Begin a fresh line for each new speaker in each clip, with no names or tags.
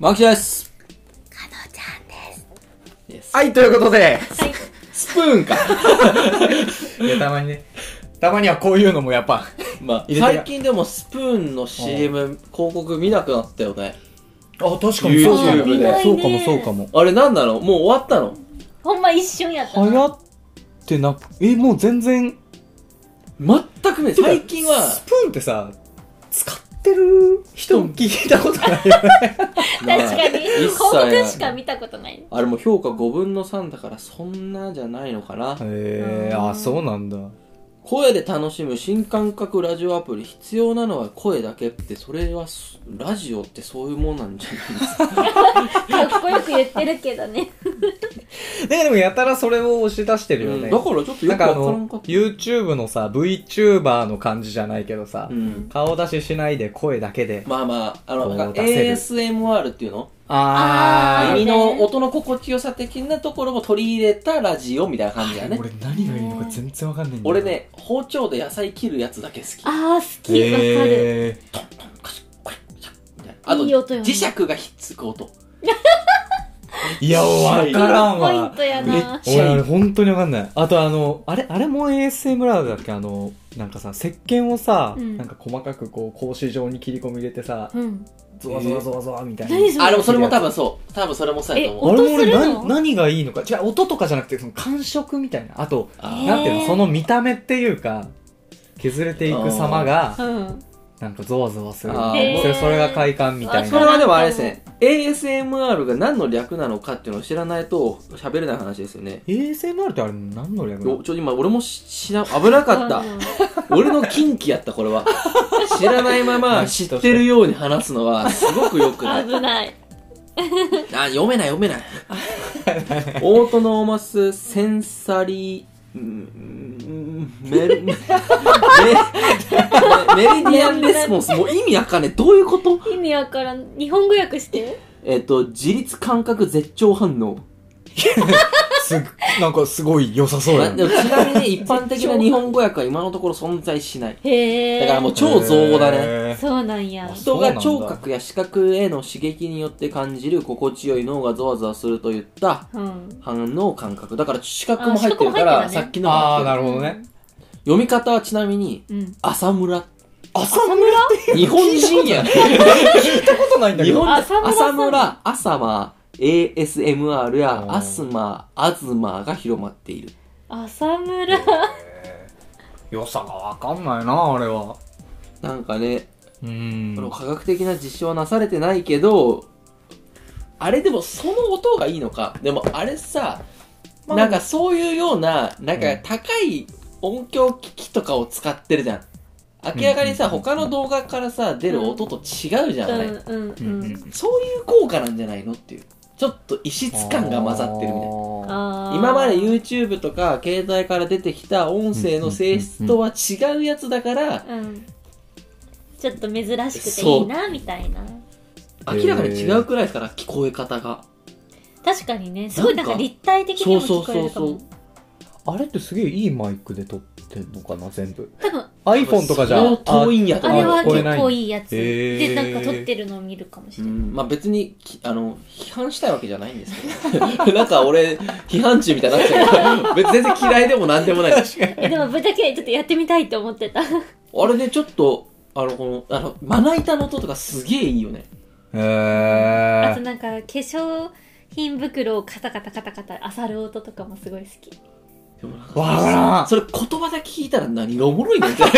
マキシです。
かのちゃんです。
はい、ということで、
はい。
スプーンか。
いや、たまにね、たまにはこういうのもやっぱ、
まあ、
入れてや
最近でもスプーンの CM、広告見なくなったよね。
あ、確
かにそうかも
YouTube で
そうかも、そうかも。
あれなんなのもう終わったの
ほんま一瞬やったな。
流行ってなく、え、もう全然、
全くね、最近
ス
は、
プーンってさ、使ってる人聞いたことないよ
確
ね。
かに。
一
広
切ない
告しか見たことない。
あれも評価5分の3だからそんなじゃないのかな。
へえー、あ、そうなんだ。
声で楽しむ新感覚ラジオアプリ必要なのは声だけってそれはすラジオってそういうもんなんじゃないですか
かっこよく言ってるけどね。
なんかでもやたらそれを押し出してるよ
うん
ね。
だからちょっと
な
よくわ
んかあ
からん
の
かっ、た
YouTube のさ、VTuber の感じじゃないけどさ、
うん
顔出ししないで声だけで。
まあまああの
こう
なんか
出
ASMR っていうの
あー
耳の音の心地よさ的なところも取り入れたラジオみたいな感じだね
俺何がいいのか全然わかんないんだよ
俺。ね包丁で野菜切るやつだけ好き
ああ、好き。わかる。
へえ
あと
いい音よね
磁石がひっつく音
ー、いや、わからん
ポイン
わ。
トや
めっ
な。
ち
俺、
ゃ
あ
い
れ
い
本当にわかんない。あと、あの、あれ、あれも ASMR だっけあの、なんかさ、石鹸をさ、
うん
なんか細かくこう、格子状に切り込み入れてさ、
うん。
ゾワゾワゾワゾワみたいな。
何それ
あでもそれも多分そう多分それもそうやと
え
思う
あれも俺
音するの
何、何がいいのか。違う、音とかじゃなくて、その感触みたいな。あと、
あ
え
ー
なんていう
へー
の、その見た目っていうか、削れていく様が、
うん。
なんかゾワゾワする。
あー
それ、それが快感みたい
あ
な。
それはでもあれですね ASMR が何の略なのかっていうのを知らないと喋れない話ですよね
ASMR ってあれ何の略なの
おちょ今俺もし知ら危なかった
た。
俺の近畿やったこれ は知らないまま知ってるように話すのはすごくよくない
危ない。
あ読めない読め ないオートノーマスセンサリーんんメ ルメメメリディアンレスポンスもう意味わかんないどういうこと
意味わからん。日本語訳して。
えっ、と自律感覚絶頂反応
すっなんかすごい良さそう
まあ
やん
でもちなみに一般的な日本語訳は今のところ存在しない。
へえ。
だからもう超造語だね。
へ
そうなんや。
あ
人が
そう
聴
なんだ
覚や視覚への刺激によって感じる心地よい脳がゾワゾワするといった
うん。
反応感覚。だから視覚も入ってるか
あ
ら、
視
さ
覚も入
っ
っ
き
ー
の
ああ
話
なるほどね
読み方はちなみに、
うん。
浅村。
浅村って
日本人やね。
聞いたことないんだ
日
けど
本人
浅村さん
浅村、浅間、ASMR や
あー
アスマ、アズマが広まっている。
浅村。
良さがわかんないな俺は
なんかね、
う
その
ん
科学的な実証はなされてないけどあれでもその音がいいのかでもあれさ、
まあ
なんかそういうようななん
う
か
ん
高い音響機器とかを使ってるじゃん明らかにさ、他の動画からさ出る音と違うじゃ
う
ない、
んうん
う
うん。
ん
そういう効果なんじゃないのっていうちょっと異質感が混ざってるみたいな
な
あー
今まで YouTube とか携帯から出てきた音声の性質とは違うやつだから
うんちょっと珍しくてい
そう
いなみたいな
うん
明らかに違うくらいですから聞こえ方が
確かにねすごい
な
なんん
か
か立体的にも聞こえるか
そうそうそう
も
あれってすげえいいマイクで撮ってんのかな全部
多分
iPhone とかじゃ
相当遠いんやと
あ
思う
れは
聞こえ
結
ない
構いいやつ
へー
でなんか撮ってるのを見るかもし
う
れない
んまあ別にきあの批判したいわけじゃないんですけ どなんか俺批判中みたいになっちゃうけど別に全然嫌いでも何でもないです
えでもぶっちゃけちょっとやってみたいって思ってた
あれねちょっとあのこのあのまな板の音とかすげえいいよね
へ
あ
え
となんか化粧品袋をカタカタカタカタ漁る音とかもすごい好き
でもなんか
わからん
それ言葉だけ聞いたら何がおもろいねんって化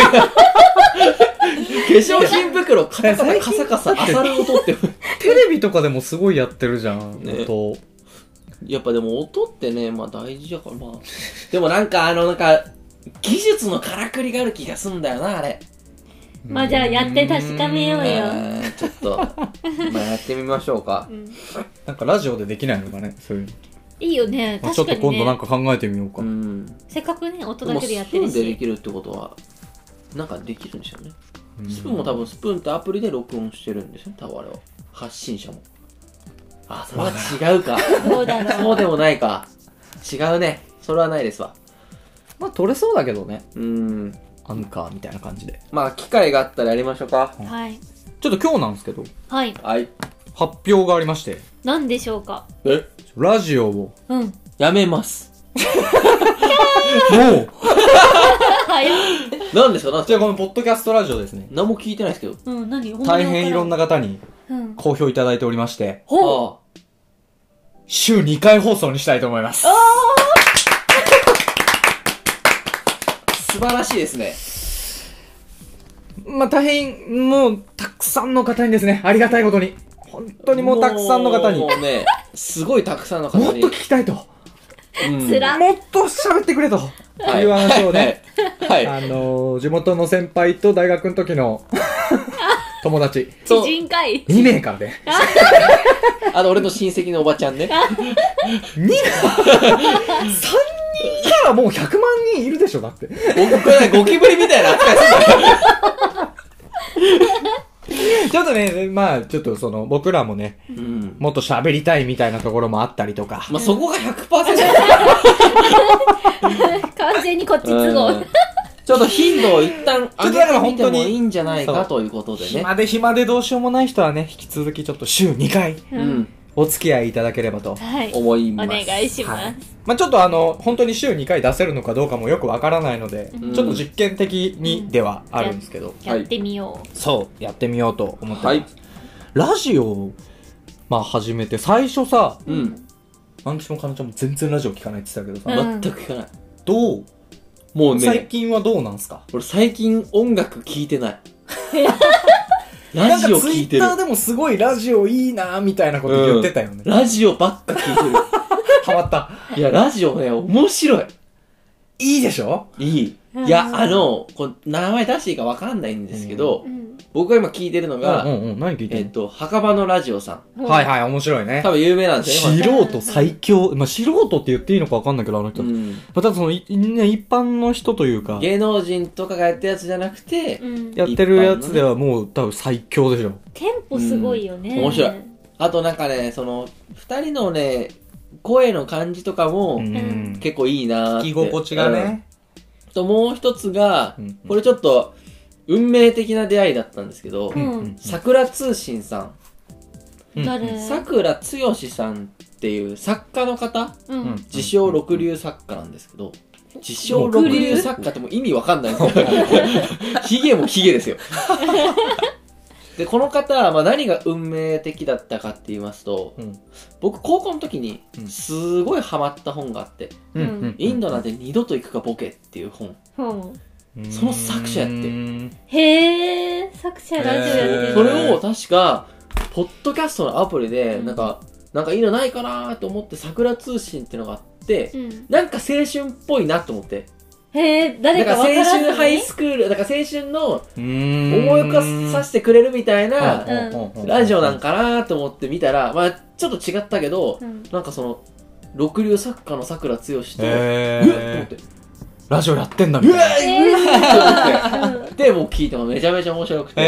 粧品袋カサカサカサカサあさる音って
テレビとかでもすごいやってるじゃん
ね
音
やっぱでも音ってね、まあ大事だから、まあ。でもなんかあの、なんか、技術のからくりがある気がすんだよな、あれ。
まあじゃあやって確かめよう
え
よ
ーちょっ と、まあやってみましょうか。
うん
なんかラジオでできないのかねそういうの
いいよね
ちょ
確
っ
か
と
に
今度なん
ね
か考えてみようか
うん。で
せっかくね音だ
も
け
ス
で
プ
やって
ー
る
ンでで
し
きるってことは、なんかできるんでしょうね。
うん
スプーンも多分スプーンってアプリで録音してるんですよね、多分あれは。発信者も。あ、それは違うか。
そうだろう
そうでもないか。違うね。それはないですわ。
まあ撮れそうだけどね
うん。
アンカーみたいな感じで
まあ、機会があったらやりましょうか。
はい
ちょっと今日なんですけど
はい
はい。
発表がありまして、
何でしょうか
え
ラジオを、も
うん。
やめます。
う、
早っ。
なんですかなんですか
じゃあこのポッドキャストラジオですね、
何も聞いてないですけど。
うん、何本
大変いろんな。方に
うん。
好評いただいておりまして、
ほう。
あ
週2回放送にしたいと思います。
あ素晴らしいですね。
まあ大変、もう、たくさんの方にですね、ありがたいことに、本当にもうたくさんの方に、
も
もっ
うね、すごいたくさんの方
と
に。
聞きたいと。
うん
つら
もっと喋ってくれと、
はい
いう話をね、
はい。はい
あのー地元の先輩と大学の時の友達、
知人会。
2名からね、
あの、俺の親戚のおばちゃんね。
2名 !3 人いたらもう100万人いるでしょ、だって。
僕これゴキブリみたいな扱いす
ちょっとね、まあ、ちょっとその、僕らもね、
る。うん。
もっと喋りたいみたいなところもあったりとか、
まあ、そこが100%だ
完全にこっち都
う
合
ん。ちょっと頻度を一旦上げてみてもいいんじゃない
ちょ
か
っと
ということでね。
暇で暇でどうしようもない人はね、引き続きちょっと週2回、
う
うん
ん、
お付き合いいただければと。
はい。お
思います。
願いしま
はい
す。
まあ、ちょっとあの、本当に週2回出せるのかどうかもよくわからないので、
うん
ちょっと実験的にではあるんですけど、
はい
やってみよ
そう、やってみようと思ってます。
はい
ラジオを、まあ、始めて、最初さ、
う。
うん。
アンキシもカナちゃんも全然ラジオ聞かないって言ってたけどさ、
うん
全く聞かない。
どう、
もう
最
ね、
近はどうなんすか
俺最近音楽聞いて ない。
な
ラ
んか
ジ
ツイ
オ聞いて
ッ
る
ター。でもすごいラジオいいなみたいなこと言ってたよね。
ラジオばっか聞いて
ハマった。
る。いや、ラジオね、面白い。
いいでしょ
いい。
うん
いや、あの、こう名前出していいかわかんないんですけど、
う。うん。
僕が今聞いてるのが、
うんうん、何聞い
え
て
っ
ん
と、墓場のラジオさん。
のはいはい、面白いね
多。分有名なんですよね。
素人最強。まあ、素人って言っていいのか分かんないけど、あの
こ
人。
れう
ま
ん
あ、ただその、いね一般の人というか、
芸能人とかがやったやつじゃなくて、
うん。
やってるやつではもう多分最強でしょ。
テンポすごいよね。
面白い。あとなんかね、その、二人のね、声の感じとかも、
ん
結構いいなーって。うん。と、もう一つが、
うん
これちょっと、運命的な出会いだったんですけど、
うん
桜通信さん、
うん
誰
桜つよしさんっていう作家の方、
う
うん
ん。
自称六流作家なんですけど、自称六流作家ってもう意味わかんないんですよ。ヒゲもヒゲですよ。で、この方、まあ、何が運命的だったかって言いますと、
うん
僕高校の時に
うん
すごいハマった本があって、
うんうん
インドなんて二度と行くかボケっていう本。
うん。
うん
その作者やって
うん
へえ、作者ラジオやって
へー
る。
それを確か、ポッドキャストのアプリで、なんか、なんかいいのないかなと思って桜通信ってのがあって、
うん。
なんか青春っぽいなと思って。
へえ、
な
誰
んか青
かわからずに
春ハイスクール、なんか青春の思
思
い浮かさせてくれるみたいな
う
ラジオなん
か
かなと思って見たら、まあちょっと違ったけど、
うん
なんかその、六流作家の桜剛と、え
へ
っと思って、
ラジオやってんだみ
う
たい
わ
な
えーうん
で、もう聞いてもめちゃめちゃ面白くて、
へ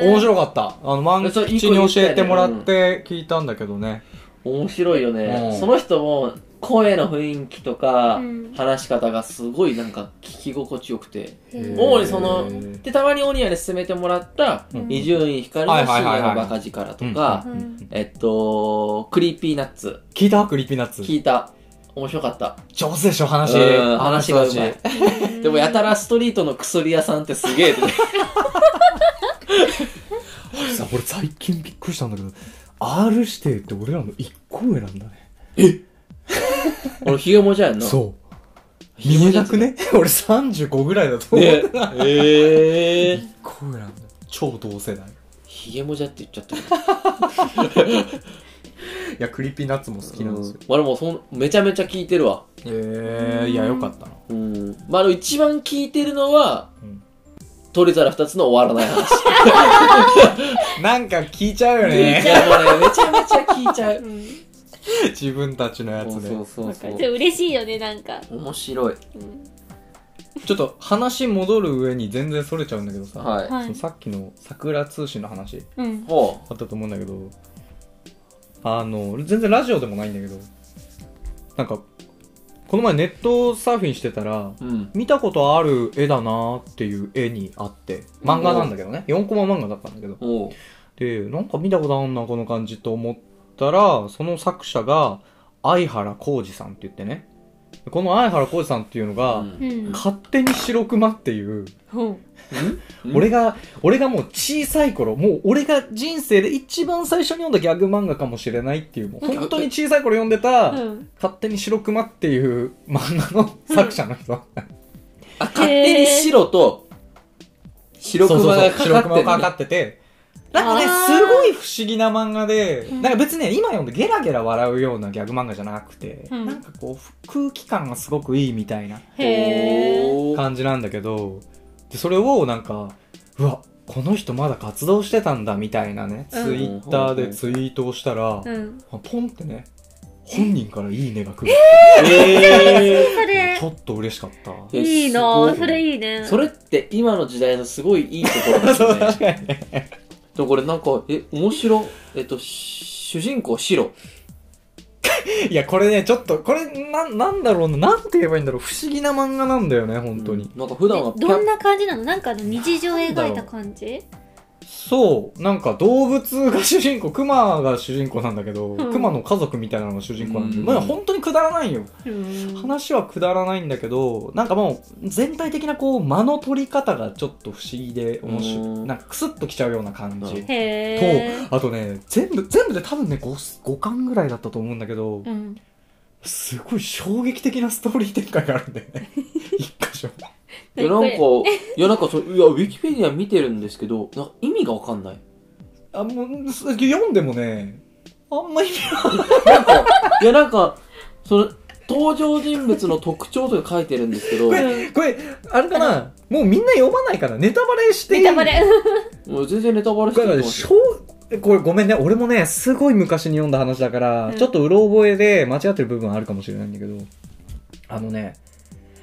へ
ー
ー
面白かったあの漫画
そう
口に教えてもらって聞いたんだけどね
面白いよね
う。ん
その人も声の雰囲気とか
うん、
話し方がすごいなんか聞き心地よくて、
へ
へ
ー
主にその、で、たまにオニアで勧めてもらった、
うん
伊集院光の深夜のバカ力とか
う、ん
えっと、クリーピーナッツ、
聞いたクリーピーナッツ
聞いた。面白かった。
上手でしょ話
うん話がうまい。
うん
でもやたらストリートの薬屋さんってすげえってね。
さ俺最近びっくりしたんだけど R 指定って俺らの一個上なんだね
俺ヒゲもじゃんの。
そう見えなくね俺35ぐらいだと思う
ね。えー
一。個上なんだよ超同世代
ヒゲもじゃって言っちゃったけど。
いやクリーピーナッツも好きなんですよ
うん俺もうそんめちゃめちゃ聞いてるわ。
へえいやよかったな
うん。まあ、あの一番聞いてるのは、
うん
取り皿二つの終わらない話。
なんか聞いちゃうよ
い
ね
やもうね、めちゃめちゃ聞いちゃ
う
う。
ん
自分たちのや
そ
つ
う
で
そうそう
ち
そ
ょっ
う。
と嬉しいよねなんか、
面白い。
うん
ちょっと話戻る上に全然それちゃうんだけどさ、
は
は
そ
い
の、さっきの桜通信の話
うん
い。、ほ
あったと思うんだけどあの全然ラジオでもないんだけどなんかこの前ネットサーフィンしてたら
う。うん。
見たことある絵だなーっていう絵にあって漫画なんだけどね4コマ漫画だったんだけど
おう。
でなんか見たことあんなこの感じと思ったらその作者が相原浩二さんって言ってねこの相原浩二さんっていうのが、
うん
うん
勝手に白熊っていう、
ほう
うん
俺が、俺がもう小さい頃、もう俺が人生で一番最初に読んだギャグ漫画かもしれないっていう、もう本当に小さい頃読んでた、
うん
勝手に白熊っていう漫画の作者の人。
あ勝手に白と白
そう
熊
そうそ
が
う
か
白
かっ
熊
て
が
る
かか
ね
ってて、なんかね、
あー
すごい不思議な漫画で、
うん
なんか別にね、今読んでゲラゲラ笑うようなギャグ漫画じゃなくて、
うん
なんかこう、空気感がすごくいいみたいな。
へえ
おー
感じなんだけどでそれをなんかうわこの人まだ活動してたんだみたいなねツイ
うん
ッターでツイートをしたら、
うん
ポンってね本人からいいねが来る、
え
それ
ちょっと嬉しかった
え
いい
すご
ないそれいいね
ーそれって今の時代のすごいいいところです よね
かにね
でもこれなんかえ面白えっと主人公白
いやこれねちょっとこれななんだろうななんて言えばいいんだろう不思議な漫画なんだよね本当に、
うんなんか普段は
えどんな感じなのなんかあの日常描いた感じ
そうなんか動物が主人公クマが主人公なんだけど、
うん
クマの家族みたいなのが主人公なんだけど、
うん
まあ本当にくだらないよ
うん
話はくだらないんだけどなんかもう全体的なこう間の取り方がちょっと不思議で面
う
白い
ん
なんかクスッときちゃうような感
う
じ
ん
と
へえ
あとね全部全部で多分ね 5, 5巻ぐらいだったと思うんだけど
うん
すごい衝撃的なストーリー展開があるんだよね一箇所
いやなんかいやなん かそういやウィキペディア見てるんですけどなんか意味がわかんない
あもうす読んでもねあんまり
なんかいやなんかその登場人物の特徴とか書いてるんですけど
これこれあれかなもうみんな読まないからネタバレしていい
ネタバレ
もう全然ネタバレし
こ
て
れ
る
ねしょうこれごめんね俺もねすごい昔に読んだ話だから、
うん
ちょっとうろ覚えで間違ってる部分はあるかもしれないんだけどあのね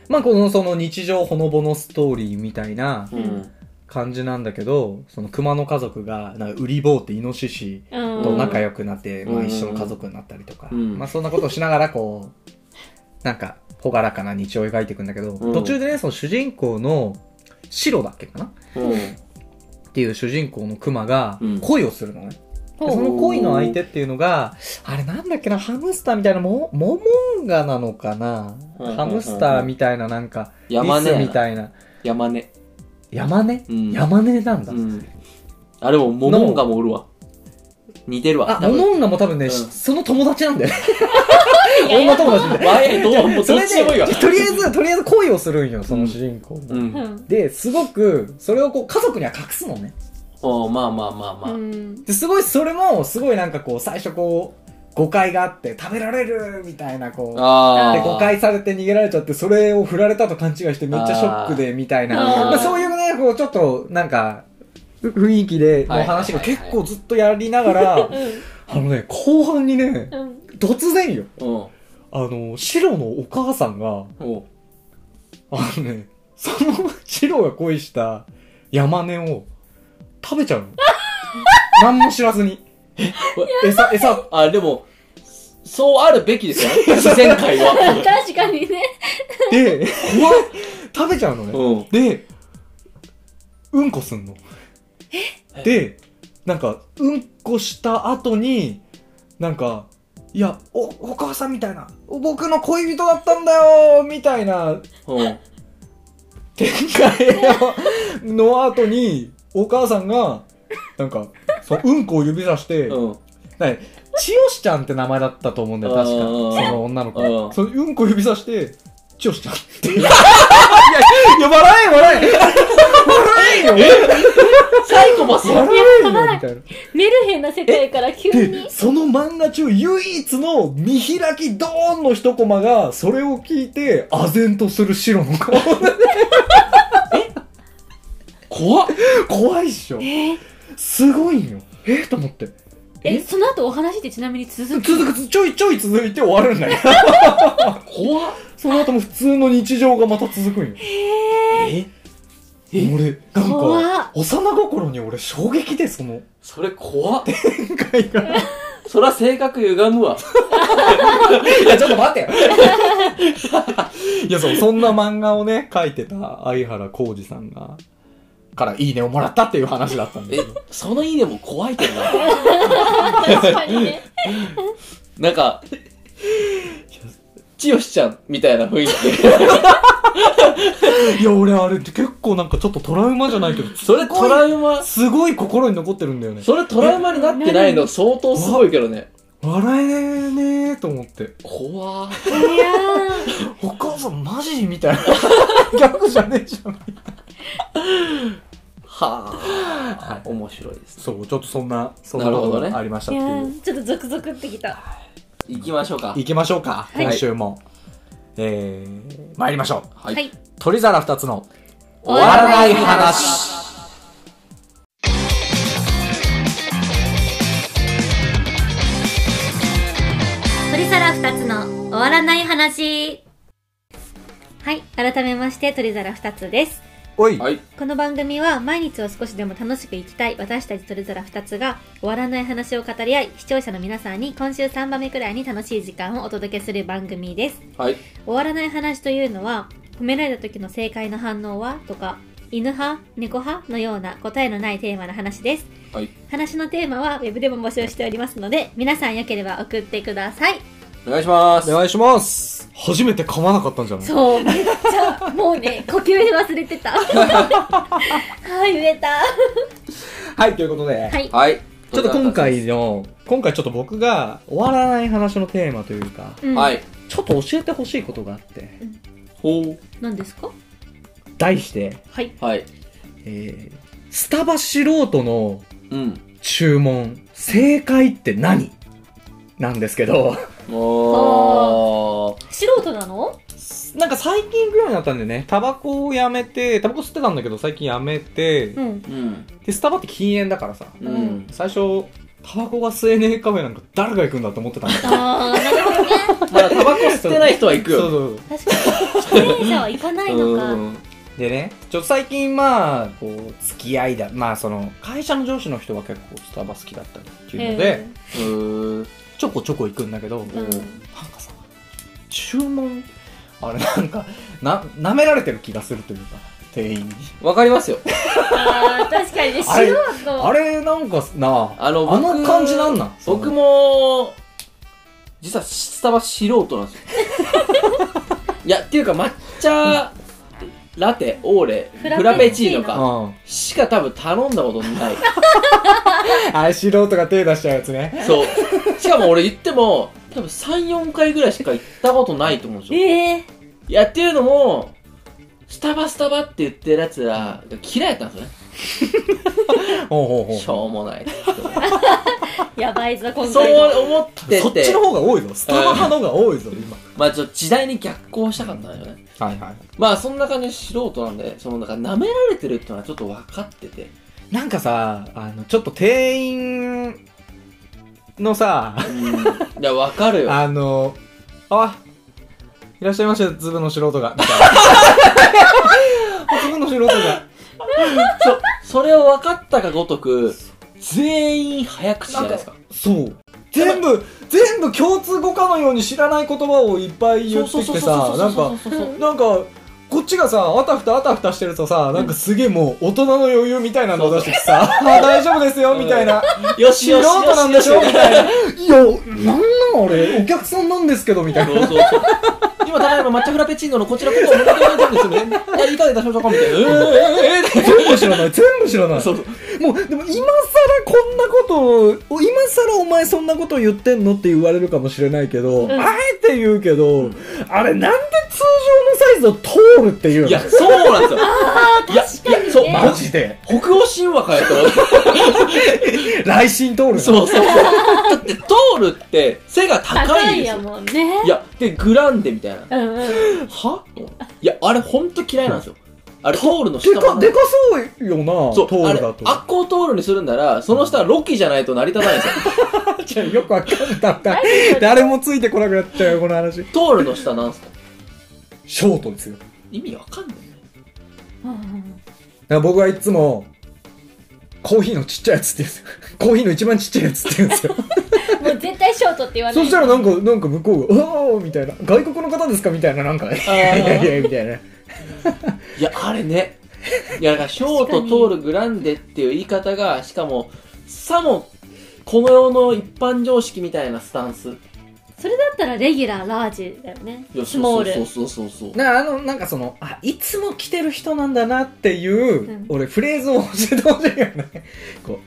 まあこのその日常ほのぼのストーリーみたいな
うん
感じなんだけどその熊の家族がなんかウリボウってイノシシ
うん
と仲良くなって、
うん
まあ、一緒の家族になったりとか、
うん
まあ、そんなことをしながらこうなんか朗らかな日常を描いていくんだけど、
うん
途中でねその主人公のシロだっけかな
うん
っていう主人公のクマが
うん
恋をするのね、
ほ
で
う
その恋の相手っていうのが、あれなんだっけな、ハムスターみたいな、モモモンガなのかな、
うんうんうん
ハムスターみたいななんか、
山
リス
根
みたいな。
山根
山根、
うん
山根なんだ。
うんあれもモモンガもおるわ似てるわ
あ、モモンガも多分
う
ね、
ん
その友達なんだよね。
いやいや
女友達みたいな。
前へどうもう
そ
どっ
れ
ちでもいい
で、
わ
とりあえず、とりあえず恋をするんよ、その主人公が。
うん
うん
で、すごく、それをこう、家族には隠すのね。
おーまあまあまあまあ、
うん
ですごいそれもすごいなんかこう最初こう誤解があって食べられるみたいなこう
ああ
で誤解されて逃げられちゃってそれを振られたと勘違いしてめっちゃショックでみたいな
あー
まあ、そういうねこうちょっとなんかう雰囲気で
はい
の
はいはいはい
話が結構ずっとやりながらあのね後半にね
うんうん
突然よ
うんお
あのシロのお母さんが
う
あのねそのシロが恋した山根を食べち ゃうの何も知らずに餌餌
あでもそうあるべきですよね 自然界は
確かにね
で、食べちゃうのね。
うん
で、うんこすんの。で、なんか、うんこした後に、なんか、いや、お、お母さんみたいな、僕の恋人だったんだよみたいな
うん
展開のの後に、お母さんが、なんか、そう、うんこを指さして、
うん
なんか千代ちゃんって名前だったと思うんだよ、確か。
あー
その女の子
あ。ー
そのうんこ指さして、千代ちゃんっていう。いや、いや、笑え、笑え笑えよ
サイコパスや
笑えよみたいな。
メルヘンな世界から急に
で、その漫画中唯一の見開きドーンの一コマが、それを聞いて、唖然とする白の顔。
怖っ
怖いっしょ。
え
すごいんよ。えーと思って。
えその後お話ってちなみに続く
続く、ちょいちょい続いて終わるんだよ。
怖っ
その後も普通の日常がまた続くんよ。
ええ
俺、なん
怖っ
か、幼心に俺衝撃で、その
それ怖っ
展開が。い
そりゃ性格歪 むわ
や、ちょっと待ってよ いや、そう、そんな漫画をね、書いてた相原浩二さんが、からいいねをもらったっていう話だったんだ
え
けど、
そのいいねも怖いけどな。
確かにね。
なんか、ちよしちゃんみたいな雰囲気。
いや俺あれ結構なんかちょっとトラウマじゃな いけど
それトラウマ、
すごい心に残ってるんだよね
それトラウマになってないの相当すごいけどね。
笑えねえねえと思って
怖ー。
いやー
お母さんマジみたいな 逆じゃねえじゃん
はあ、
はい
面白いですね。
そうちょっとそんなそん
な
な
る
こ
ほ
と
どね
がありましたっ
い
て
や
いう
ーちょっとゾクゾクってきた。
行きましょうか。
行きましょうか、
はい
今週もえー、参りましょう
は
はい。。
鳥皿2つの
終わらない
話
鳥皿二つの終わらない話。はい。改めまして、鳥皿二つです。
おい、
はい。
この番組は毎日を少しでも楽しく生きたい私たち鳥皿2つが終わらない話を語り合い視聴者の皆さんに今週3番目くらいに楽しい時間をお届けする番組です
はい。
終わらない話というのは褒められた時の正解の反応はとか犬派猫派のような答えのないテーマの話です
はい。
話のテーマはウェブでも募集しておりますので皆さんよければ送ってください
お願いします。
お願いします初めて噛まなかったんじゃない
そうめっちゃもうね呼吸で忘れて たはい言えた
はいということで、
はい
はい。
ちょっと今回の今回ちょっと僕が終わらない話のテーマというか
うん
はい。
ちょっと教えてほしいことがあって
ほう。
何ですか
題して、
はい
はい。
えースタバ素人の
うん。
注文正解って何なんですけど
おー。
素人なの
なんか最近ぐらいになったんでねタバコをやめてタバコ吸ってたんだけど最近やめて、
うん
うん。
でスタバって禁煙だからさ
うん。
最初タバコが吸えねえカフェなんか誰が行くんだと思 ってたんだよ
ああなるほどね
まだタバコ吸ってない人は行く
そうそう
よ。
そ
確
う
かに喫煙者は行かないのか
うん
でね、ちょっと最近まあ、こう、付き合いだ、まあその、会社の上司の人が結構スタバ好きだったりっていうので、
うーん。
ちょこちょこ行くんだけ
う
ど、
んうん
なんかさ、注文、あれなんか、な、舐められてる気がするというか、店員に。
わかりますよ。
あー確かにね素
あれ
人
あれなんかなあ、
あの、
あの
僕
感じなんなん
僕も、実はスタバ素人なんですよ。いや、っていうか抹茶、ラテ、オーレ、フ
フラペチーノ
ラペチーノか。
うん。
しか多分頼んだこと ない。
あれ素人が手出しちゃうやつね。
そう。しかも俺言っても、多分3、4回ぐらいしか行ったことないと思うんですよ。
ええ
いや、っていうのも、スタバスタバって言ってるやつらが嫌いだったんですよ
ほうほう
ね。し
ほ
ょうも ない。
やばいぞ今
そ
回の
う思っ
う。
て
そってちの、方が多いぞ。スタバ派の方が多いぞ、今。
まあちょっと時代に逆行したかったんだよね。
はいはい。
まあそんな感じで素人なんで、そのなんか舐められてるってのはちょっと分かってて。
なんかさ、あの、ちょっと店員のさ、
いや、分かるよ。
あの、あ、いらっしゃいました、ズブの素人が。みたいな ズブの素人が。
そ、それを分かったかごとく、全員早口じゃないですか。
そう。全部、全部共通語かのように知らない言葉をいっぱい言ってきてさ、なんか、
そうそうそう
なんか、こっちがさ、あたふたあたふたしてるとさ、なんかすげえもう大人の余裕みたいなのを出してきて さ、あ大丈夫ですよ、みたいな。
よし
素
よしよし。
人なんでしょ
よ
み
した
いな。いや、なんなんあれ、お客さんなんですけど、みたい
そうそ
な。
うそう。今、ただいま抹茶フラペチーノのこちらここを向けてくれたんですよね。いやいかがいたしましょうかみたいな。うーん
全部知らない、全部知らない。
そうそう。
もうでも今更こんなことを今更お前そんなこと言ってんのって言われるかもしれないけど、
ん
あえて言うけど、あれなんで通常のサイズを通るっていうの
いや、そうなんですよ。いや、いや、そう、
マ ジで
北欧神話かよと思って。
来信通るの
そうそうそう。だって、トールって背が高
高
いんで
い
す
や
よ。
もんね
いや、で、グランデみたいな。
うんうん
はいや、あれほんと嫌いなんですよ。あれ、トールの
で
下
か
ま
でかそうよな
そう、
通
あ
る
れ、
だ
悪
と
行トールにするんなら、その下はロキじゃないと成り立たないんですよ。
ちゃんよくわかんなかった誰もついてこなくなっちゃうよこの話
トールの下なんすか
ショートですよだか
意味わかんないね。
うん
ら僕はいつもコーヒーのちっちゃいやつって言うんですよコーヒーの一番ちっちゃいやつって言うんですよ
もう絶対ショートって言わない
そしたらなんか、なんか向こうが、うわーみたいな、外国の方ですかみたいな、なん
あ
か、い
ー
やいや、みたいな。
いや、あれね。いやだからショート通るグランデっていう言い方がしかもさもこの世の一般常識みたいなスタンス
それだったらレギュラーラージだよね
いや
ス
そ
モー
う
ル
そうそうそうそう
なあのなんかそのあいつも来てる人なんだなっていう、
うん
俺フレーズを教えてほしいよね こ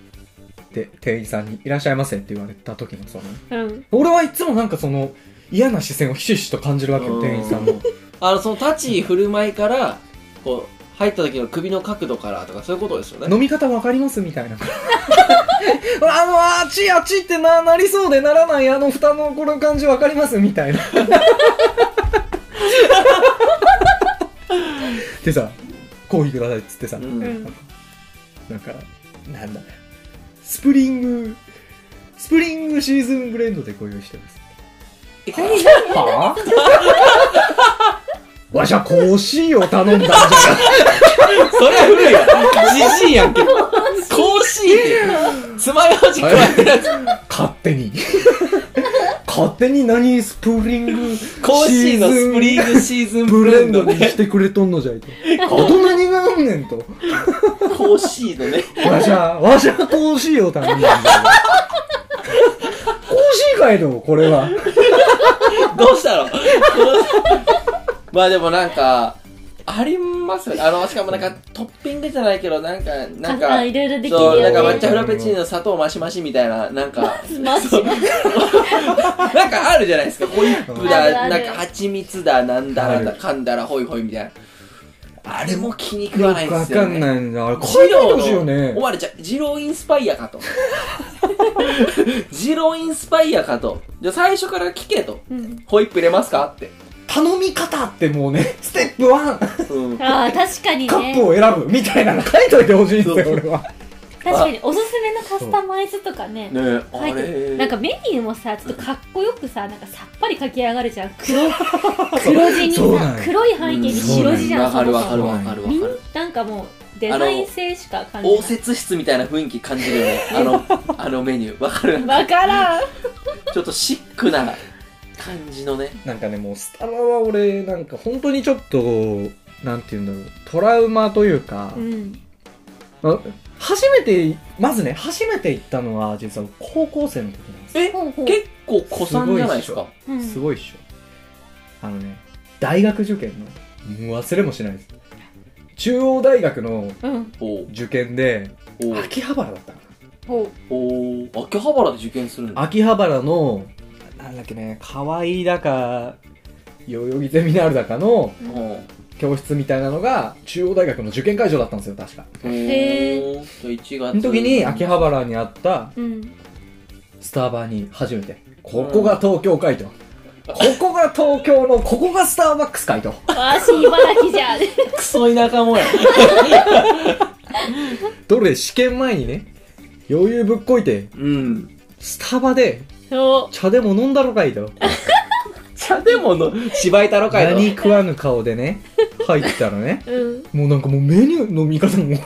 うで店員さんに「いらっしゃいませ」って言われた時のその
うん
俺はいつもなんかその嫌な視線をひしひしと感じるわけよ
うん
店員さんの
あのその立ち居振る舞いからこう入った時の首の角度からとかそういうことですよね
飲み方わかりますみたいなあのあっちあっちってななりそうでならないあの蓋のこの感じわかりますみたいなでさコーヒーくださいっつってさ、
う
うんん
なんか、なんだ、スプリング、スプリングシーズンブレンドでご用意してます。はぁわしゃ、コーヒーを頼んだんじゃ
それは古いわじじいやんけ甲子園って爪楊枝加えてるやつ
が、勝手に。 勝手に何スプリング
甲子園のスプリングシーズン
ブ
ブ
レ
レ
ン
ン
ド
ド
に
ね
してくれとんのじ ゃいと。あと何があんねんと。
甲子園のね
わしゃ、わしゃ、コーヒーを頼んだんじゃいと。コーヒーかいのこれは。
どうしたのこのまあでもなんか、ありますよね。あの、しかもなんかトッピングじゃないけど、なんか、なん
ああ
か
い、ろいろできる
そう、なんか
よ
抹
ね
茶フラペチーノ砂糖マシマシみたいな、なんか、
マ ジ
なんかあるじゃないですか。ホイップ
あるあ
だ、
る
なんか蜂蜜だ、なんだら
あ
だ、
る
かんだら、ホイホイみたいな。あれも気に食わ
よ
ない
く
で
わ
す
か
よ
ん
ね。
ないんだ。あれ、
ジ
変えて
ロ
ほしいよね
ーの、お。前らじゃ、ジローインスパイアかと。ジローインスパイアかと。じゃあ最初から聞けと。
うん
ホイップ入れますかって。
頼み方ってもうね、ステップ1、
うん。
ああ確かに
カップ
ね
を選ぶみたいなの書いといてほしいんです
そ
よ、
う
俺は。
確かにおすすめのカスタマイズとかね
ねえ、
書い
あ
て
れ。
なんかメニューもさちょっとかっこよくさなんかさっぱり書き上がるじゃん黒 黒地に
そうなん
さ
よ
黒い背景に白地じゃん
わかる
そも
わ
そ
かる
も
わかるわ
みん
かる。
なんかもうデザイン性しか感じ
応
ない
接室みたいな雰囲気感じるよね。あの、あのメニュー。わかる
わからん
ちょっとシックな感じのね。
なんかね、もうスタバは俺、なんか本当にちょっと、なんて言うんだろう、トラウマというか
う、ん
ま初めて、まずね、初めて行ったのは、実は高校生の時なんですよ。
え
ほうほう
結構子さんじゃないですか。
うん
すごいっしょ。あのね、大学受験の、もう忘れもしないです。中央大学の
うん
おう
受験で、
おう
秋葉原だったかな。
ほ
おう秋葉原で受験するんだ。
秋葉原のなんだっけね可愛いだか代々木ゼミナールだかの
う
おう
教室みたいなのが中央大学の受験会場だったんですよ確か
へ
おうじゃあ1
そ
月
の時に秋葉原にあった
ううん
スタバに初めてここが東京かいと、ここが東京のここがスターバックスかいと
わし茨城じ ゃん
クソ田舎もや。
どれ試験前にね余裕ぶっこいて
うん。
スタバで
そ
茶でも飲んだろかいと
茶でもの、芝居太郎かい
何
の。
食わぬ顔でね入ったらね
ううん
もうなんかもうメニューの見方も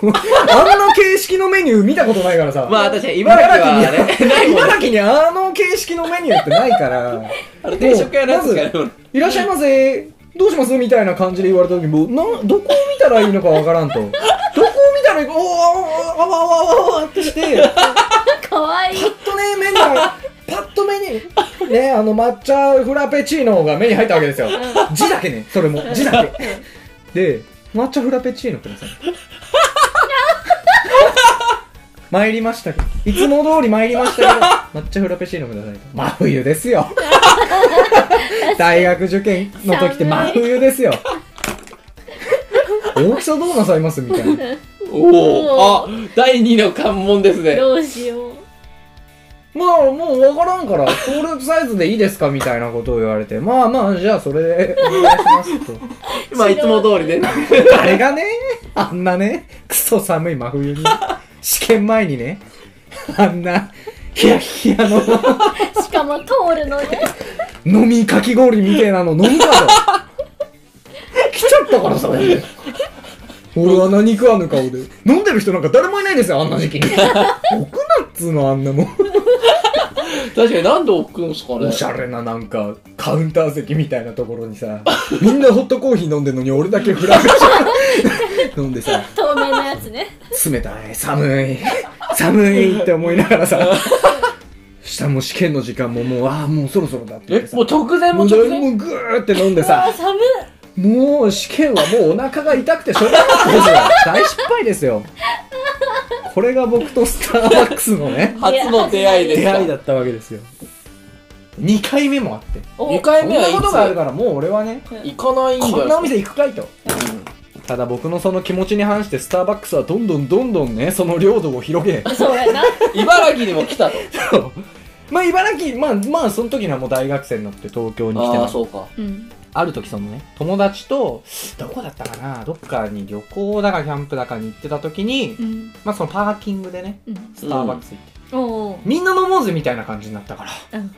あんな形式のメニュー見たことないからさ
まあ確かに茨城は
茨
ね、ないもんね。
茨城にあの形式のメニューってないから
あれ定食屋のやつしかないもん
「いらっしゃいませどうします?」みたいな感じで言われた時もうなどこを見たらいいのかわからんとどこを見たらいいかおーあわわわわわってしてパ
かわいい
ッとねメニューパッとメニューねあの抹茶フラペチーノが目に入ったわけですよ字だけねそれも字だけで抹茶フラペチーノください参りましたけどいつも通り参りましたけど抹茶フラペチーノくださいと真冬ですよ大学受験の時って真冬ですよ大きさどうなさいますみたいな
おおあ、第2の関門ですね。
どうしよう
まあもう分からんからトールサイズでいいですかみたいなことを言われてまあまあじゃあそれでお願いし ますと
まあいつも通 りね。
あれがね、あんなね、クソ寒い真冬に、試験前にね、あんな、ヒヤヒヤの
しかも通るのね
飲みかき氷みたいなの飲みかと。来ちゃったからさ、俺。俺は何食わぬ顔で。 飲んでる人なんか誰もいないですよ、あんな時期に。僕なっつうの、あんなもん。
確かになんで置くんすかね
おしゃれななんかカウンター席みたいなところにさ みんなホットコーヒー飲んでるのに俺だけフラペチ飲んでさ
透明なやつね。
冷たい寒い 寒いって思いながらさ下も試験の時間ももうああもうそろそろだって言っ
え
てさ
もう直前
も
も
う
直前
グーって飲んでさ
あ、寒い。
もう試験はもうお腹が痛くてしょうがなか ったですよ大失敗ですよこれが僕とスターバックスのね
初の出会いです
出
か
会いだったわけですよ2回目もあって
2
そ
回
ん
目は
なことがある
い
からもう俺はね
つ行かないんじゃ
こんなお店行くかいと
うん
ただ僕のその気持ちに反してスターバックスはどんどんどんどんねその領土を広 げ
そうやな。
茨城にも来た と
まあ茨城まあまあその時にはもう大学生になって東京に来て
ああ
ます
そうか
うん。
ある時そのね友達とどこだったかなどっかに旅行だかキャンプだかに行ってた時に、
うん。
まあ、そのパーキングでね
うん。
スターバックス行って、
おお。
みんな飲もうぜみたいな感じになったから
うん。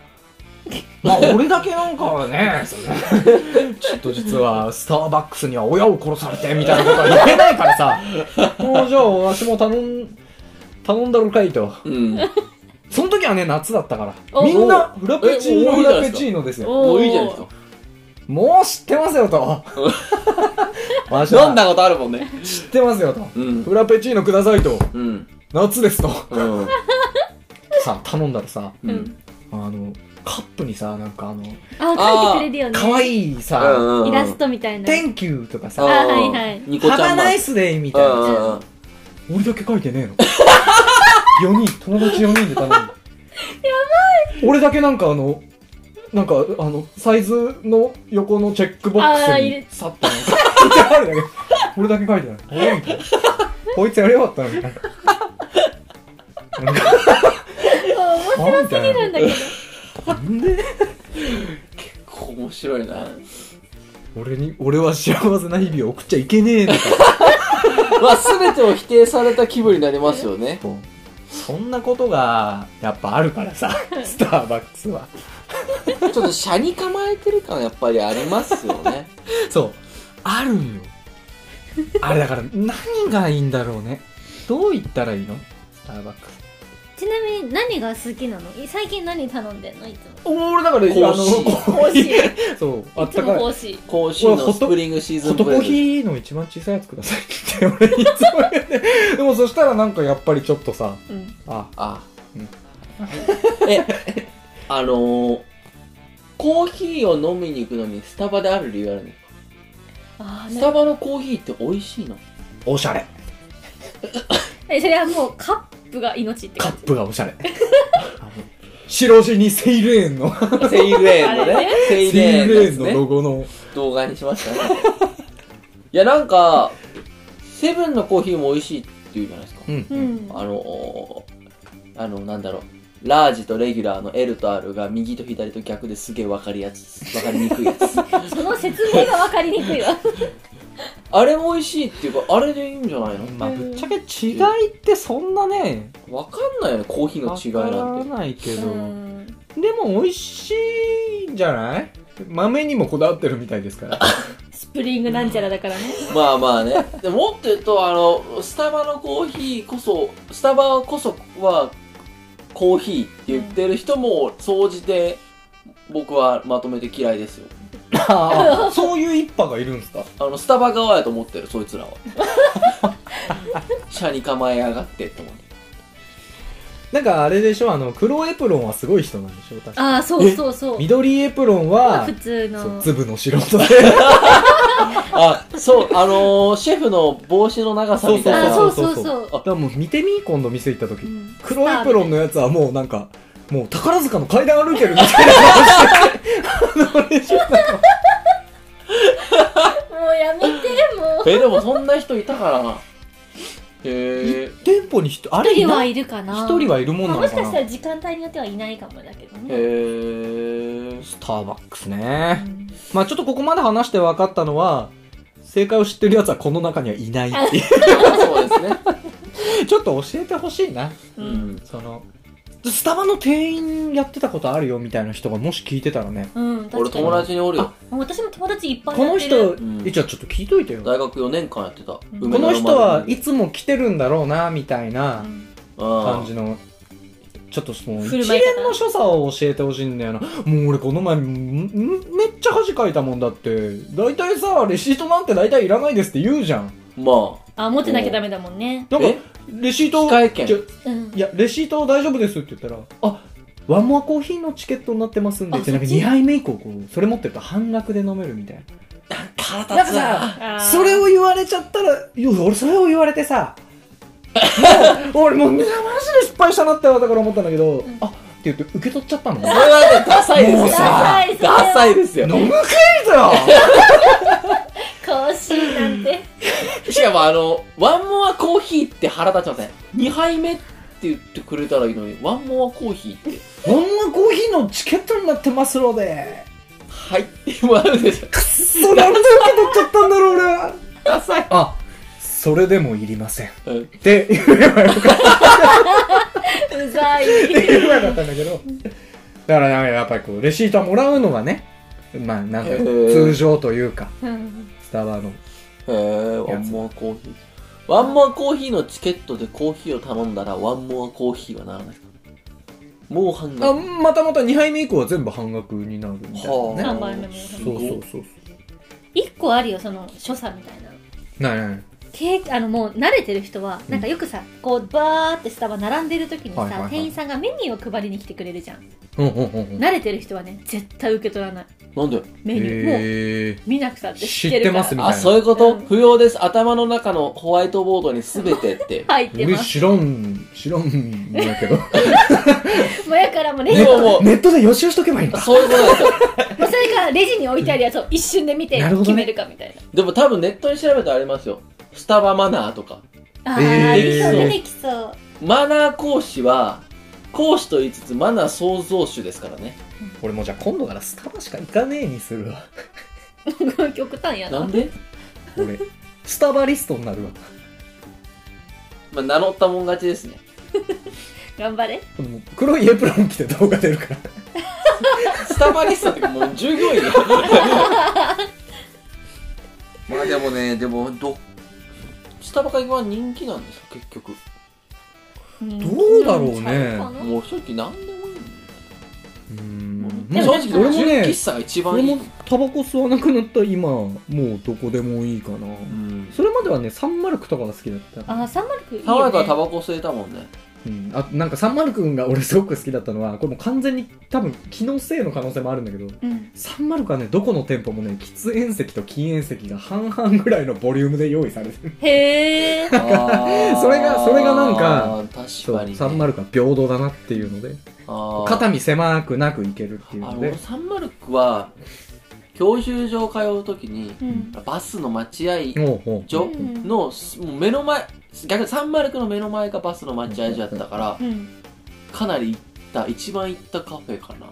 まあ俺だけなんかはね ちょっと実はスターバックスには親を殺されてみたいなことは言えないからさもうじゃあ私も頼ん頼んだろかいと
うん
その時はね夏だったから
お
みんなフラペチーノ
えお
フラペチーノですよ
お
もういいじゃないです
もう知ってます よとわし
か
は
飲んだことあるもんね
知ってますよと
うん
フラペチーノくださいと
うん
夏ですと
うん
さ頼んだらさ
う
うんん。
あのカップにさなんかあの
あ、書いてくれるよね。
可愛いさ、
うんうん
イラストみたいな。
Thank you とか
あ
さ、
あ
ハ
はいはい
ニコちゃ
バ
んマ
ナイ
ーク
スデイみ
う
たいな。
んうんうん
俺だけ書いてねえの ?4 人、友達4人で頼んだ。やばい俺だけなんかあの、なんかあの、サイズの横のチェックボックス
あー入
に
れ
さったのがあるんだけど、俺だけ書いてない。えみたいなこいつやればよかったのみたいな。なんか
面
白す
白いんだけど。
なんで
結構面白いな
俺に、俺は幸せな日々を送っちゃいけねえとか。
まあ全てを否定された気分になりますよね
そう そんなことがやっぱあるから さスターバックスは
ちょっと車に構えてる感やっぱりありますよね
そうある んよあれだから何がいいんだろうねどう言ったらいいのスターバックス
ちなみに何が好きなの最近何頼んでんのいつ
俺だから
コーヒー
も。コーヒー。い
ーそうあっ
つ
た
も
かい
コ
ホ
ーヒ
コーヒーのスプリングシーズ
ッ
ン
ト
ブ
コ
レン
ー
ド
ヒーの一番小さいやつくださいって俺いつも言って でもそしたらなんかやっぱりちょっとさ
ー。うん。
あ
あ
うん
えあのー、コーヒーを飲みに行くのにスタバである理由あるの
ああ、
ス
な
タバのコーヒーって美味しいの
おしゃれ
え、それはもうカップが命って
カ
感
ップがおしゃれあの白地にセイレーンの
セイレーンの
あれ
ね
ね
セイ
セ
レー
イ
ンの
レ
や
ー
つ
ンのロ
ね
ゴの
動画にしましたねいやなんかセブンのコーヒーも美味しいって言うじゃないですか
うん
じ。うん。
あのー、あのなんだろうラージとレギュラーの L と R が右と左と逆ですげえ分かりやつ分かりにくいや つ
その説明がわかりにくい わ。
あれも美味しいっていうかあれでいいんじゃないの
まあぶっちゃけ違いってそんなね
わかんないよねコーヒーの違いなんて
わからないけ
う
ど、
ん。
でも美味しいんじゃない豆にもこだわってるみたいですから
スプリングなんちゃらだからね。
まあまあねでももっと言うとあのスタバのコーヒーこそスタバこそはコーヒーって言ってる人も総じて僕はまとめて嫌いですよ
あ あそういう一派がいるんですか
あのスタバ側やと思ってるそいつらは車に構えやがってって思って
なんかあれでしょあの黒エプロンはすごい人なんでしょ確か
ああ、そうそうそう。
緑エプロンは
普通
そう
の。
粒の素人で
あそうあのーシェフの帽子の 長さみたい
あ
な
あ、そうそうそう。
だからもう見てみ今度店行った時、
うん
黒エプロンのやつはもうなんかもう宝塚の階段歩いて るみたいな顔してあの練習なの
もうやめて、もう。
えでもそんな人いたからなへえ
店舗に人あ
一
れい
人は
ない
いるかな。
一人はいるもん
ま
な
あ
のかな、
もしかしたら時間帯によってはいないかもだけどね。
へえ
スターバックス
う
ね
ん
まあちょっとここまで話して分かったのは正解を知ってるやつはこの中にはいないってい
そうですね
うちょっと教えてほしいな
う
うん。
ん
そのスタバの店員やってたことあるよみたいな人がもし聞いてたらね
うん、
俺
確かに。
友達におるよ
もう私も友達いっぱい
こ
やっ
の
てる。
人、
うん
えじゃあちょっと聞いといてよこ
大学4年間やってた、
ん
梅
の
田
人は
丸
いつも来てるんだろうなみたいな
うん
うん
感じのちょっとその一
振る舞い方
連の所作を教えてほしいんだよなもう俺この前んんめっちゃ恥かいたもんだって大体さレシートなんて大体いらないですって言うじゃん
ま
あ持ってなきゃダメだもんね
なんか
え
レシート
機械券
ちょ
うん
いやレシート大丈夫ですって言ったらあワンモアコーヒーのチケットになってますんで
あ
ってなんか
そっち
2杯目以降こうそれ持ってると半額で飲めるみたいな
あ
な
腹
んか
立つな
さ、
あー
それを言われちゃったら、いや俺それを言われてさ、もう俺もう、マジで失敗したなってだから思ったんだけど、あって言って受け取っちゃったの。
それはねダサいです
も
よ
うさ
ダサいですよ
飲むクイズよ
更新なんて
しかもあのワンモアコーヒーって腹立ちません2杯目って言ってくれたらいいのにワンモアコーヒーって
飲むコーヒーのチケットになってますので、
はいって言われるでしょ
くっそ、なんで受け取っちゃったんだろう、俺は。
ダサい
あ、それでもいりません。っ
うん
て言えばよかった。
う ざい
言えばよかったん だけど。だからやっぱりこう、レシートはもらうのがね、まあなんか通常というか、
うん
スタバの。
えー、ワンモアコーヒーワンモアコーヒーのチケットでコーヒーを頼んだらワンモアコーヒーはならないですかもう半
あ
額
またまた2杯目以降は全部半額になるみたいなね、
はあ三杯目も
す
そう
ごい
そうそうそう
一個あるよその所作みたいな
ないないない
経あのもう慣れてる人はなんかよくさ、こうバーってスタバ並んでる時にさ、
はいはいはい
店員さんがメニューを配りに来てくれるじゃん
うんうんうんうん
慣れてる人はね絶対受け取らない
なんで
メニュー、もう
へえ
見なくたって知
知
っ
ってて
るから
ますみたいな
あそういうこと、
うん
不要です頭の中のホワイトボードに全てって
入って
俺
ます
知らん知らんだけ ど
もうやからもうレジ
で
も
もも
ネットで予習しとけばいいん
う
だ
そういうことですよ
うそれからレジに置いてあるやつを一瞬で見て
なるほ
決
ど
め
ね
るかみたいな
でも多分ネットに調べたらありますよスタバマナーとか
あー、
え
でき
ー
そう出てきそう
マナー講師は講師と言いつつマナー創造主ですからね
俺もうじゃあ今度からスタバしか行かねえにするわ
極端やな
なんで、
俺スタバリストになるわ
まあ、名乗ったもん勝ちですね
頑張れ
もう黒いエプロン着て動画出るから
スタバリスタってもう従業員 まあでもねでもどスタバ会は人気なんですか結局
うん
どうだろうね
んちゃうかな
もう正直何でもいいんだよ
うーん
でも
正
まあ
直
俺も
純
ね
喫茶が一番
俺
いい
もタバコ吸わなくなった今もうどこでもいいかな、
うん
それまではねサンマルクとかが好きだった
あーサンマルクいい
爽
よ、
やかはタ
ね、
バコ吸えたも んね
うん、あなんかサンマルくんが俺すごく好きだったのはこれもう完全に多分気のせいの可能性もあるんだけど
うん
サンマルクはねどこの店舗もね喫煙席と禁煙席が半々ぐらいのボリュームで用意さ れてる
へえ
それがそれがなんか
あー
そ
確かに、
う
ね、
サンマ
ル
ルクは平等だなっていうので肩身狭くなくいけるっていう
あ
の
の
で
俺サンマルクは教習所通う時に
うん
バスの待合
おうおう
所
うん
のすもう目の前逆にサンマルクの目の前がバスの待合所だったから
うん
かなり行った一番行ったカフェかな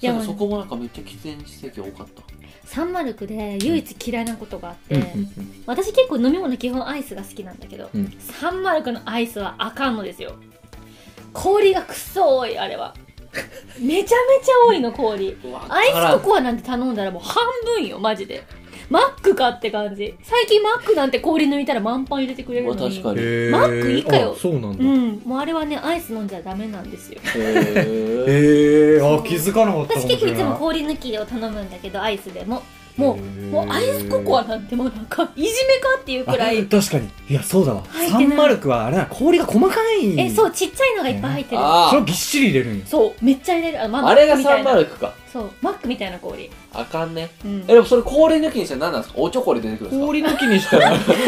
や
なんかそこもなんかめっちゃ喫煙席多かった
サンマルクで唯一嫌いなことがあって、
うんうん
私結構飲み物基本アイスが好きなんだけど、
うん
サンマルクのアイスはあかんのですよ氷がくっそ多いあれはめちゃめちゃ多いの氷アイスココアなんて頼んだらもう半分よマジでマックかって感じ最近マックなんて氷抜いたら満杯入れてくれるの
まあ確
に
かに
へー
マック以下よ
あそうなん
う
だ、
んもうあれはねアイス飲んじゃダメなんですよ
へー
へえ
そう
あ気づかなかった
私結構いつも
う
氷抜きを頼むんだけどアイスでももうもうアイスココア
く
なんてもうなんかいじめかっていうくらい
確かにいやそうだわ
入って
サ
ない
ンマルクはあれだ氷が細かい
えそうちっちゃいのがいっぱい入ってる
あ
それを
ー
ぎっしり入れるんよ
そうめっちゃ入れるあのマ
あれがサンマ
クみ
ルクか
たいなそうマックみたいな氷
あかんね
うん
えでもそれ氷抜きにしたら何なんですかおちょこで出てくるんです
氷抜きにしたら
同じグ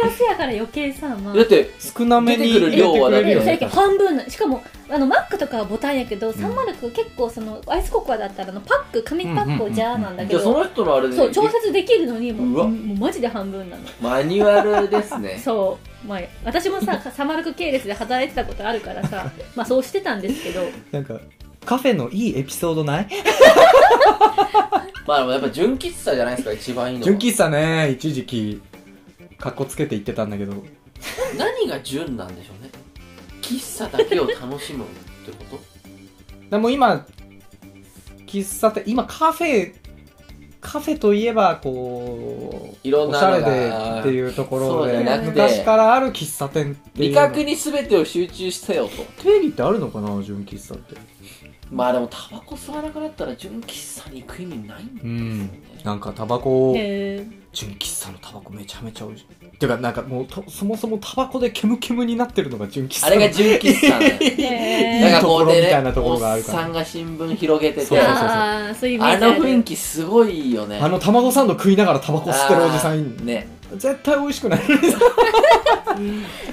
ラスやから余計さまあ
かだって
少なめに
出てくる量はだ
え
っ
そ
て
れ
よ
だ
ね
け半分のしかもあのマックとかはボタンやけど、サンマルク結構そのアイスココアだったらあのパック紙パックをジャーなんだけ
じゃ
ど、
あその人のあれで
そう調節できるのにも
うわ
うもうマジで半分なの
マニュアルです ね
そう、まあ、私もさサンマルク系列で働いてたことあるからさまあそうしてたんですけど
なんかカフェのいいエピソードない
まあでもやっぱ純喫茶じゃないですか一番いいのは
純喫茶ね一時期かっこつけて言ってたんだけど
何が純なんでしょうね喫茶だけを楽しむって こと
でも今喫茶店今カフェカフェといえばこう
いろん
お
な
しゃれ
の
で
が
っていうところ
そう
で
じゃなくて
昔からある喫茶店っていう
味
の
覚に全てを集中してよと
定義ってあるのかな純喫茶って
まあでもタバコ吸わなくなったら純喫茶に行く意味ないんです
う
よ
ん
ね、
なんかタバコ
へえ
純喫茶のタバコめちゃめちゃ美味しいてかなんかもうとそもそもタバコでケムケムになってるのが純喫茶
あれが純喫茶なん です
へ
な
え
んかこうで
いいところみたい
ね
なとこ
お
ろがあ
っ
るから
さんが新聞広げて
そう
て
そうそうそう
ああそういうイメー
あ
ジあ
の
る
雰囲気すごいよね
あの卵サンド食いながらタバコ吸ってるおじさんいん
あーね
絶対美味しくない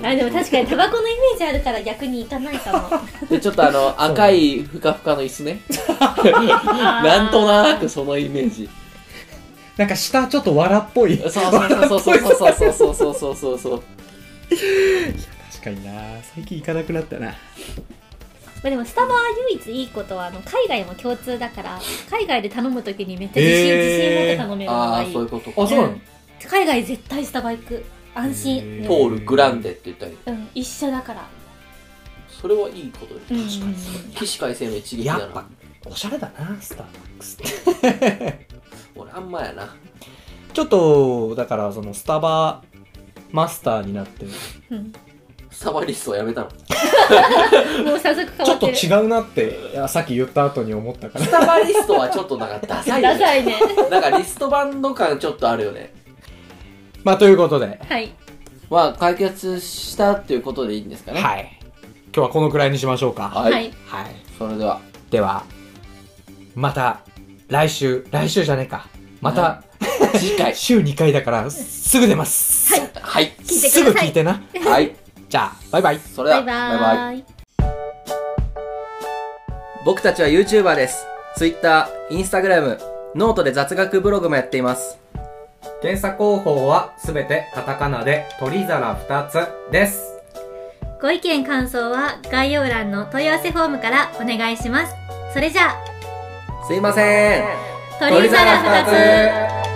あでも確かにタバコのイメージあるから逆に行かないかも
でちょっとあの赤いふかふかの椅子ねな
なん
となくそのイメージ
なんか下ちょっと藁っぽ い
そうそうそうそうそうそうそうそうそうそうそう
確かにな最近行かなくなったな
まあ、でもスタバは唯一いいことはあの海外も共通だから海外で頼むときにめっちゃ自信、
へー
自信持って頼めるの
あ
が
あ
いい
そういうこと
あそうなの
海外絶対スタバ行く安
へ
心、
ー
ポールグランデって言ったり
うん、一緒だから、
それはいいことです
うん、
確かにそ
起死回生の一撃
や
だ
っぱ
な
おしゃれだなスターバックスって
俺あんまやな
ちょっとだからそのスタバマスターになってち
うん
サバリストはやめたの
もう早速変
ょ
わ
っ
っ
と
てる
違うなっていやさっき言った後に思ったから
スタバリストはちょっとなんかダサいよ
ダ
ね
サいね
なんかリストバンド感ちょっとあるよね
まあということで
はい
まあ解決したっていうことでいいんですかね
はい今日はこのくらいにしましょうか
は、
はいい、
はい
それでは
ではまた来週来週じゃねえかまた
次回
週2回だからすぐ出ます、
はい
聞いてください
すぐ聞いてな
はい
じゃあバイバイ
それでは
バイバーイ
バイバイ僕たちは YouTuber です。Twitter、Instagram、ノートで雑学ブログもやっています。
検査方法はすべてカタカナで鳥皿2つです
ご意見感想は概要欄の問い合わせフォームからお願いしますそれじゃあ
すいません。
鳥皿2つ